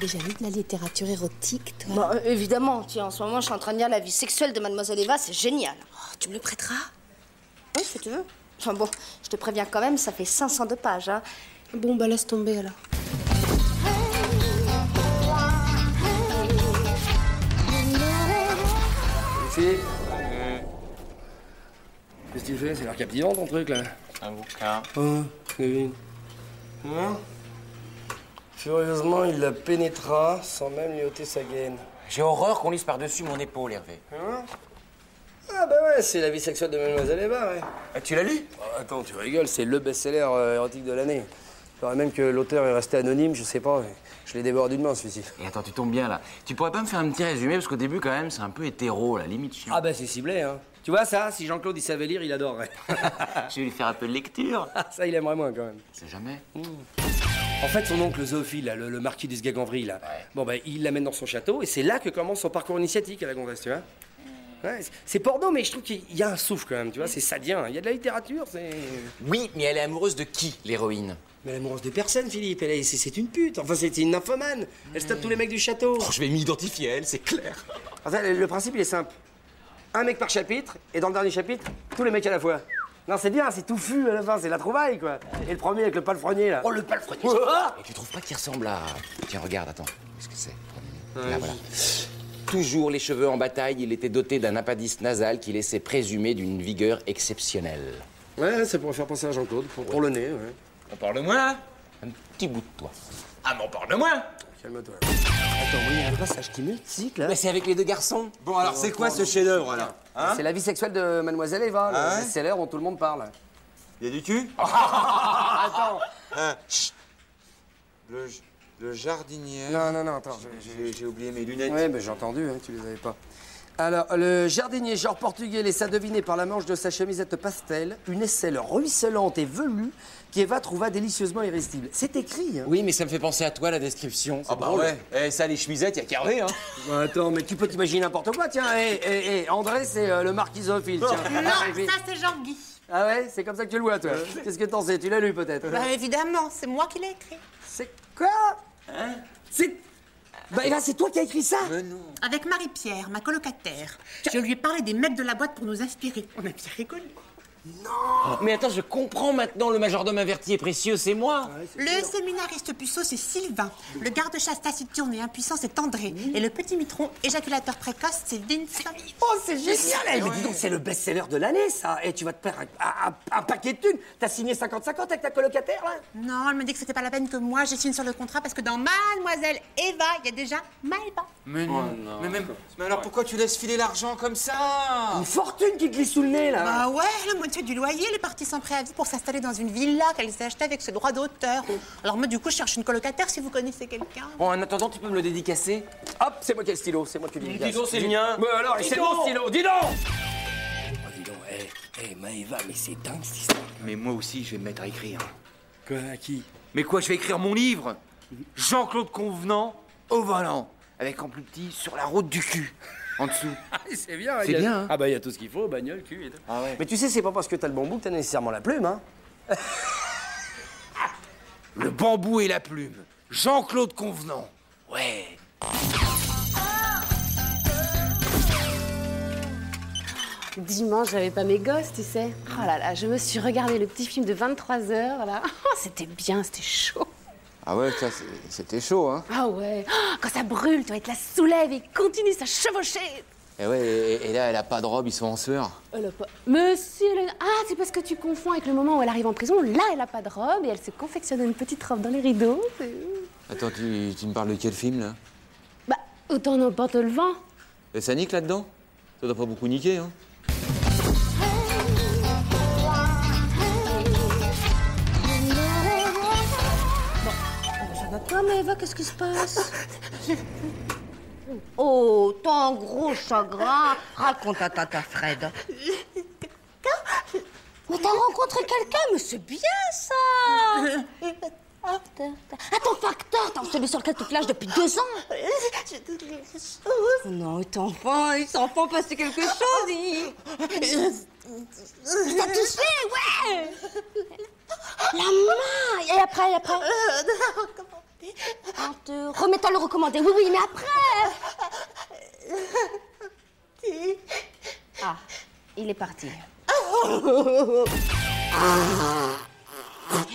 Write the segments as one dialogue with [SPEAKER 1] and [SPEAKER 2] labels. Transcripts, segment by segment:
[SPEAKER 1] déjà lu de la littérature érotique, toi
[SPEAKER 2] Bah, euh, évidemment, tiens, en ce moment, je suis en train de lire la vie sexuelle de Mademoiselle Eva, c'est génial.
[SPEAKER 1] Oh, Tu me le prêteras
[SPEAKER 2] Oui, si tu veux. Enfin bon, je te préviens quand même, ça fait 502 pages, hein.
[SPEAKER 1] Bon, bah laisse tomber alors.
[SPEAKER 3] Ici Euh. Qu'est-ce qu'il fait C'est l'air captivant ton truc là.
[SPEAKER 4] Un bouquin.
[SPEAKER 3] Oh, Kevin. Hein Furieusement, il la pénétra sans même lui ôter sa gaine.
[SPEAKER 4] J'ai horreur qu'on lise par-dessus mon épaule, Hervé.
[SPEAKER 3] Hein Ah bah ouais, c'est la vie sexuelle de Mademoiselle Eva, ouais.
[SPEAKER 4] Ah, tu l'as lu
[SPEAKER 3] Oh, attends, tu rigoles, c'est le best-seller euh, érotique de l'année. Je parais même que l'auteur est resté anonyme, je sais pas. mais Je l'ai débordé d'une main celui-ci.
[SPEAKER 4] Et attends, tu tombes bien là. Tu pourrais pas me faire un petit résumé parce qu'au début, quand même, c'est un peu hétéro, la limite chiant.
[SPEAKER 3] Ah bah c'est ciblé, hein. Tu vois ça, si Jean-Claude il savait lire, il adorerait.
[SPEAKER 4] Je vais lui faire un peu de lecture.
[SPEAKER 3] ça, il aimerait moins quand même.
[SPEAKER 4] C'est jamais.
[SPEAKER 3] En fait, son oncle zoophile, là, le, le marquis du Sgaganvry, là, bon, bah, il l'amène dans son château et c'est là que commence son parcours initiatique à la Gondresse, tu vois.
[SPEAKER 4] Mm.
[SPEAKER 3] Ouais, c'est- c'est porno, mais je trouve qu'il y a un souffle quand même, tu vois, c'est sadien. hein. Il y a de la littérature, c'est.
[SPEAKER 4] Oui, mais elle est amoureuse de qui, l'héroïne
[SPEAKER 3] Mais l'amoureuse de personne, Philippe, elle est- c'est- c'est une pute, enfin, c'est une nymphomane. Elle se tape tous les mecs du château.
[SPEAKER 4] Mm. Oh, Je vais m'identifier à elle, c'est clair.
[SPEAKER 3] Enfin, le le principe, il est simple un mec par chapitre, et dans le dernier chapitre, tous les mecs à la fois. Non, c'est bien, c'est touffu à la fin, c'est la trouvaille, quoi. Et le premier avec le palefrenier, là.
[SPEAKER 4] Oh, le palefrenier
[SPEAKER 3] Ah
[SPEAKER 4] Et tu trouves pas qu'il ressemble à. Tiens, regarde, attends. Qu'est-ce que c'est Là, voilà. Toujours les cheveux en bataille, il était doté d'un appendice nasal qui laissait présumer d'une vigueur exceptionnelle.
[SPEAKER 3] Ouais, ça pourrait faire penser à Jean-Claude, pour, pour le nez, ouais.
[SPEAKER 4] On parle moins Un petit bout de toi. Ah, mais on parle moins
[SPEAKER 3] Calme-toi. Attends, oui, il y a un passage qui multiple, là.
[SPEAKER 4] Mais c'est avec les deux garçons.
[SPEAKER 5] Bon, alors c'est quoi ce chef-d'œuvre là Hein
[SPEAKER 3] C'est la vie sexuelle de Mademoiselle Eva, le
[SPEAKER 5] Ah ouais
[SPEAKER 3] best-seller dont tout le monde parle.
[SPEAKER 5] Y a du cul
[SPEAKER 3] Ah, Attends
[SPEAKER 5] Hein, chut. Le, j- le jardinier.
[SPEAKER 3] Non, non, non, attends, je- je-
[SPEAKER 5] J'ai j'ai oublié mes lunettes.
[SPEAKER 3] Ouais, mais j'ai entendu, hein, tu les avais pas. Alors, le jardinier genre portugais laissa deviner par la manche de sa chemisette pastel une aisselle ruisselante et velue qu'Eva trouva délicieusement irrésistible. C'est écrit, hein.
[SPEAKER 4] Oui, mais ça me fait penser à toi, la description.
[SPEAKER 5] Ah bah ouais. Eh, ça, les chemisettes, y a qu'Hervé, hein.
[SPEAKER 3] Bah, attends, mais tu peux t'imaginer n'importe quoi, tiens. Hé, hé, hé, André, c'est euh, le marquisophile, tiens.
[SPEAKER 6] Non, ça c'est Jean-Guy.
[SPEAKER 3] Ah ouais, c'est comme ça que tu le vois, toi. Qu'est-ce que t'en sais Tu l'as lu, peut-être
[SPEAKER 6] Bah évidemment, c'est moi qui l'ai écrit.
[SPEAKER 3] C'est quoi C'est. Bah, Eva, c'est toi qui as écrit ça
[SPEAKER 6] Avec Marie-Pierre, ma colocataire. Je lui ai parlé des mecs de la boîte pour nous inspirer. On a bien rigolé.
[SPEAKER 4] Mais attends, je comprends maintenant, le majordome averti et précieux, c'est moi.
[SPEAKER 6] Le séminariste puceau, c'est Sylvain. Le garde-chasse taciturne et impuissant, c'est André. Et le petit mitron, éjaculateur précoce, c'est Vincent.
[SPEAKER 3] Oh, c'est génial eh, Mais dis donc, c'est le best-seller de l'année, ça Et tu vas te perdre un, un- un- un paquet de thunes T'as signé 50-50 avec ta colocataire, là
[SPEAKER 6] Non, elle me dit que c'était pas la peine que moi je signe sur le contrat parce que dans Mademoiselle Eva, il y a déjà Maëva.
[SPEAKER 4] Mais non, mais même.
[SPEAKER 5] Mais alors pourquoi tu laisses filer l'argent comme ça
[SPEAKER 3] Une fortune qui te glisse sous le nez, là
[SPEAKER 6] Bah ouais, la moitié du loyer, elle est partie sans préavis pour s'installer dans une villa qu'elle s'est achetée avec ses droits d'auteur. Alors moi, du coup, je cherche une colocataire si vous connaissez quelqu'un.
[SPEAKER 4] Bon, en attendant, tu peux me le dédicacer
[SPEAKER 3] Hop, c'est moi qui ai le stylo, c'est moi qui l'ai
[SPEAKER 4] donc, c'est le mien.
[SPEAKER 3] Mais alors,
[SPEAKER 4] Dis
[SPEAKER 3] c'est
[SPEAKER 4] donc.
[SPEAKER 3] mon stylo, dis donc Oh, dis donc, hé, hé, Maëva, mais c'est dingue, cette histoire
[SPEAKER 4] Mais moi aussi, je vais me mettre à écrire.
[SPEAKER 3] Quoi, à qui
[SPEAKER 4] Mais quoi, je vais écrire mon livre Jean-Claude Convenant au volant. Avec en plus petit, sur la route du cul. En dessous.
[SPEAKER 3] C'est bien,
[SPEAKER 4] C'est bien, hein.
[SPEAKER 3] Ah bah, il y a tout ce qu'il faut, bagnole, cul et tout.
[SPEAKER 4] Ah ouais.
[SPEAKER 3] Mais tu sais, c'est pas parce que t'as le bambou que t'as nécessairement la plume, hein
[SPEAKER 4] Le bambou et la plume. Jean-Claude Convenant. Ouais.
[SPEAKER 7] Dimanche, j'avais pas mes gosses, tu sais. Oh là là, je me suis regardé le petit film de 23 heures, là. Oh, c'était bien, c'était chaud.
[SPEAKER 5] Ah ouais, ça, c'était chaud, hein.
[SPEAKER 7] Ah ouais, Oh, quand ça brûle, toi, il te la soulève et il continue sa chevauchée.
[SPEAKER 5] Et ouais, et, là, elle a pas de robe, ils sont en sueur.
[SPEAKER 7] Elle a pas- Monsieur, elle a- ah, c'est parce que tu confonds avec le moment où elle arrive en prison. Là, elle a pas de robe et elle se confectionne une petite robe dans les rideaux. C'est-
[SPEAKER 5] Attends, tu, tu me parles de quel film, là
[SPEAKER 7] Bah, autant n'importe le vent.
[SPEAKER 5] Et ça nique là-dedans Ça doit pas beaucoup niquer, hein.
[SPEAKER 2] Quoi, mais Eva, qu'est-ce qui se passe Oh, t'as un gros chagrin. Raconte à tata Fred. Mais t'as rencontré quelqu'un, mais c'est bien ça Ah, ton facteur, t'as un celui sur lequel tu te lâches depuis deux ans Non, il t'en font, il s'en font passer quelque chose, il... T'as touché, ouais La main Et après, et après On te Remets-toi le recommandé. Oui, oui, mais après. Ah, il est parti.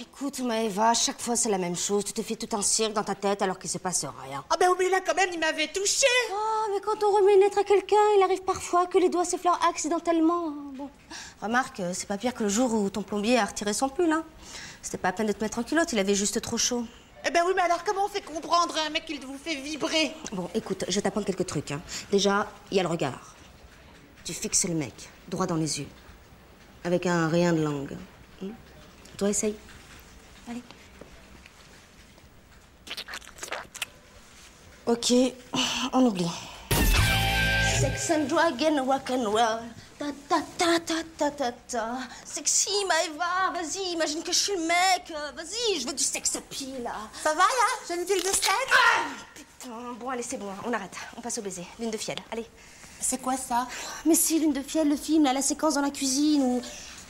[SPEAKER 2] Écoute, Maëva, à chaque fois c'est la même chose. Tu te fais tout un cirque dans ta tête alors qu'il se passe rien.
[SPEAKER 6] Ah ben oublie là quand même, il m'avait touché.
[SPEAKER 2] Oh, mais quand on remet une lettre à quelqu'un, il arrive parfois que les doigts s'effleurent accidentellement. Bon, remarque, euh, c'est pas pire que le jour où ton plombier a retiré son pull, hein. C'était pas à peine de te mettre en culotte, il avait juste trop chaud.
[SPEAKER 6] Eh ben oui, mais alors comment on fait comprendre à un mec qu'il vous fait vibrer
[SPEAKER 2] Bon, écoute, je vais t'apprendre quelques trucs. hein. Déjà, il y a le regard. Tu fixes le mec, droit dans les yeux, avec un rien de langue. Hmm Toi, essaye. Allez. Ok, on oublie. Sex and drug and rock and roll. Ta ta ta ta ta ta ta. Sexy Maeva, vas-y, imagine que je suis le mec. euh, Vas-y, je veux du sex appeal. là.
[SPEAKER 6] Ça va là, jeune fille de 7
[SPEAKER 2] Putain, bon allez, c'est bon, hein. on arrête. On passe au baiser. Lune de fiel, allez.
[SPEAKER 6] C'est quoi ça
[SPEAKER 2] Mais si, Lune de fiel, le film, là, la séquence dans la cuisine où...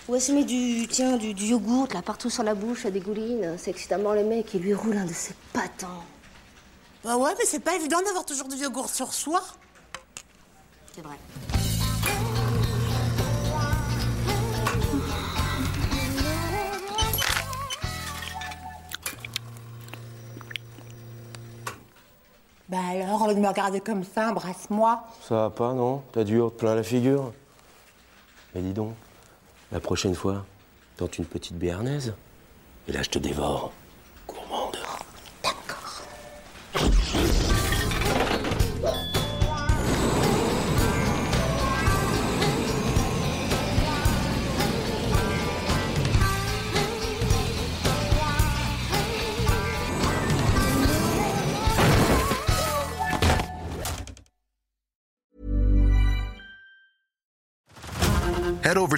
[SPEAKER 2] Où elle se met du, tiens, du, du yogourt, là, partout sur la bouche, elle dégouline. C'est excitamment le mec, il lui roule un de ses patins.
[SPEAKER 6] Bah ouais, mais c'est pas évident d'avoir toujours du yogourt sur soi.
[SPEAKER 2] C'est vrai.
[SPEAKER 6] Bah alors, au lieu de me regarder comme ça, embrasse-moi.
[SPEAKER 8] Ça va pas, non T'as du hors plein la figure Mais dis donc, la prochaine fois, tente une petite béarnaise. Et là, je te dévore. Gourmande.
[SPEAKER 9] Head over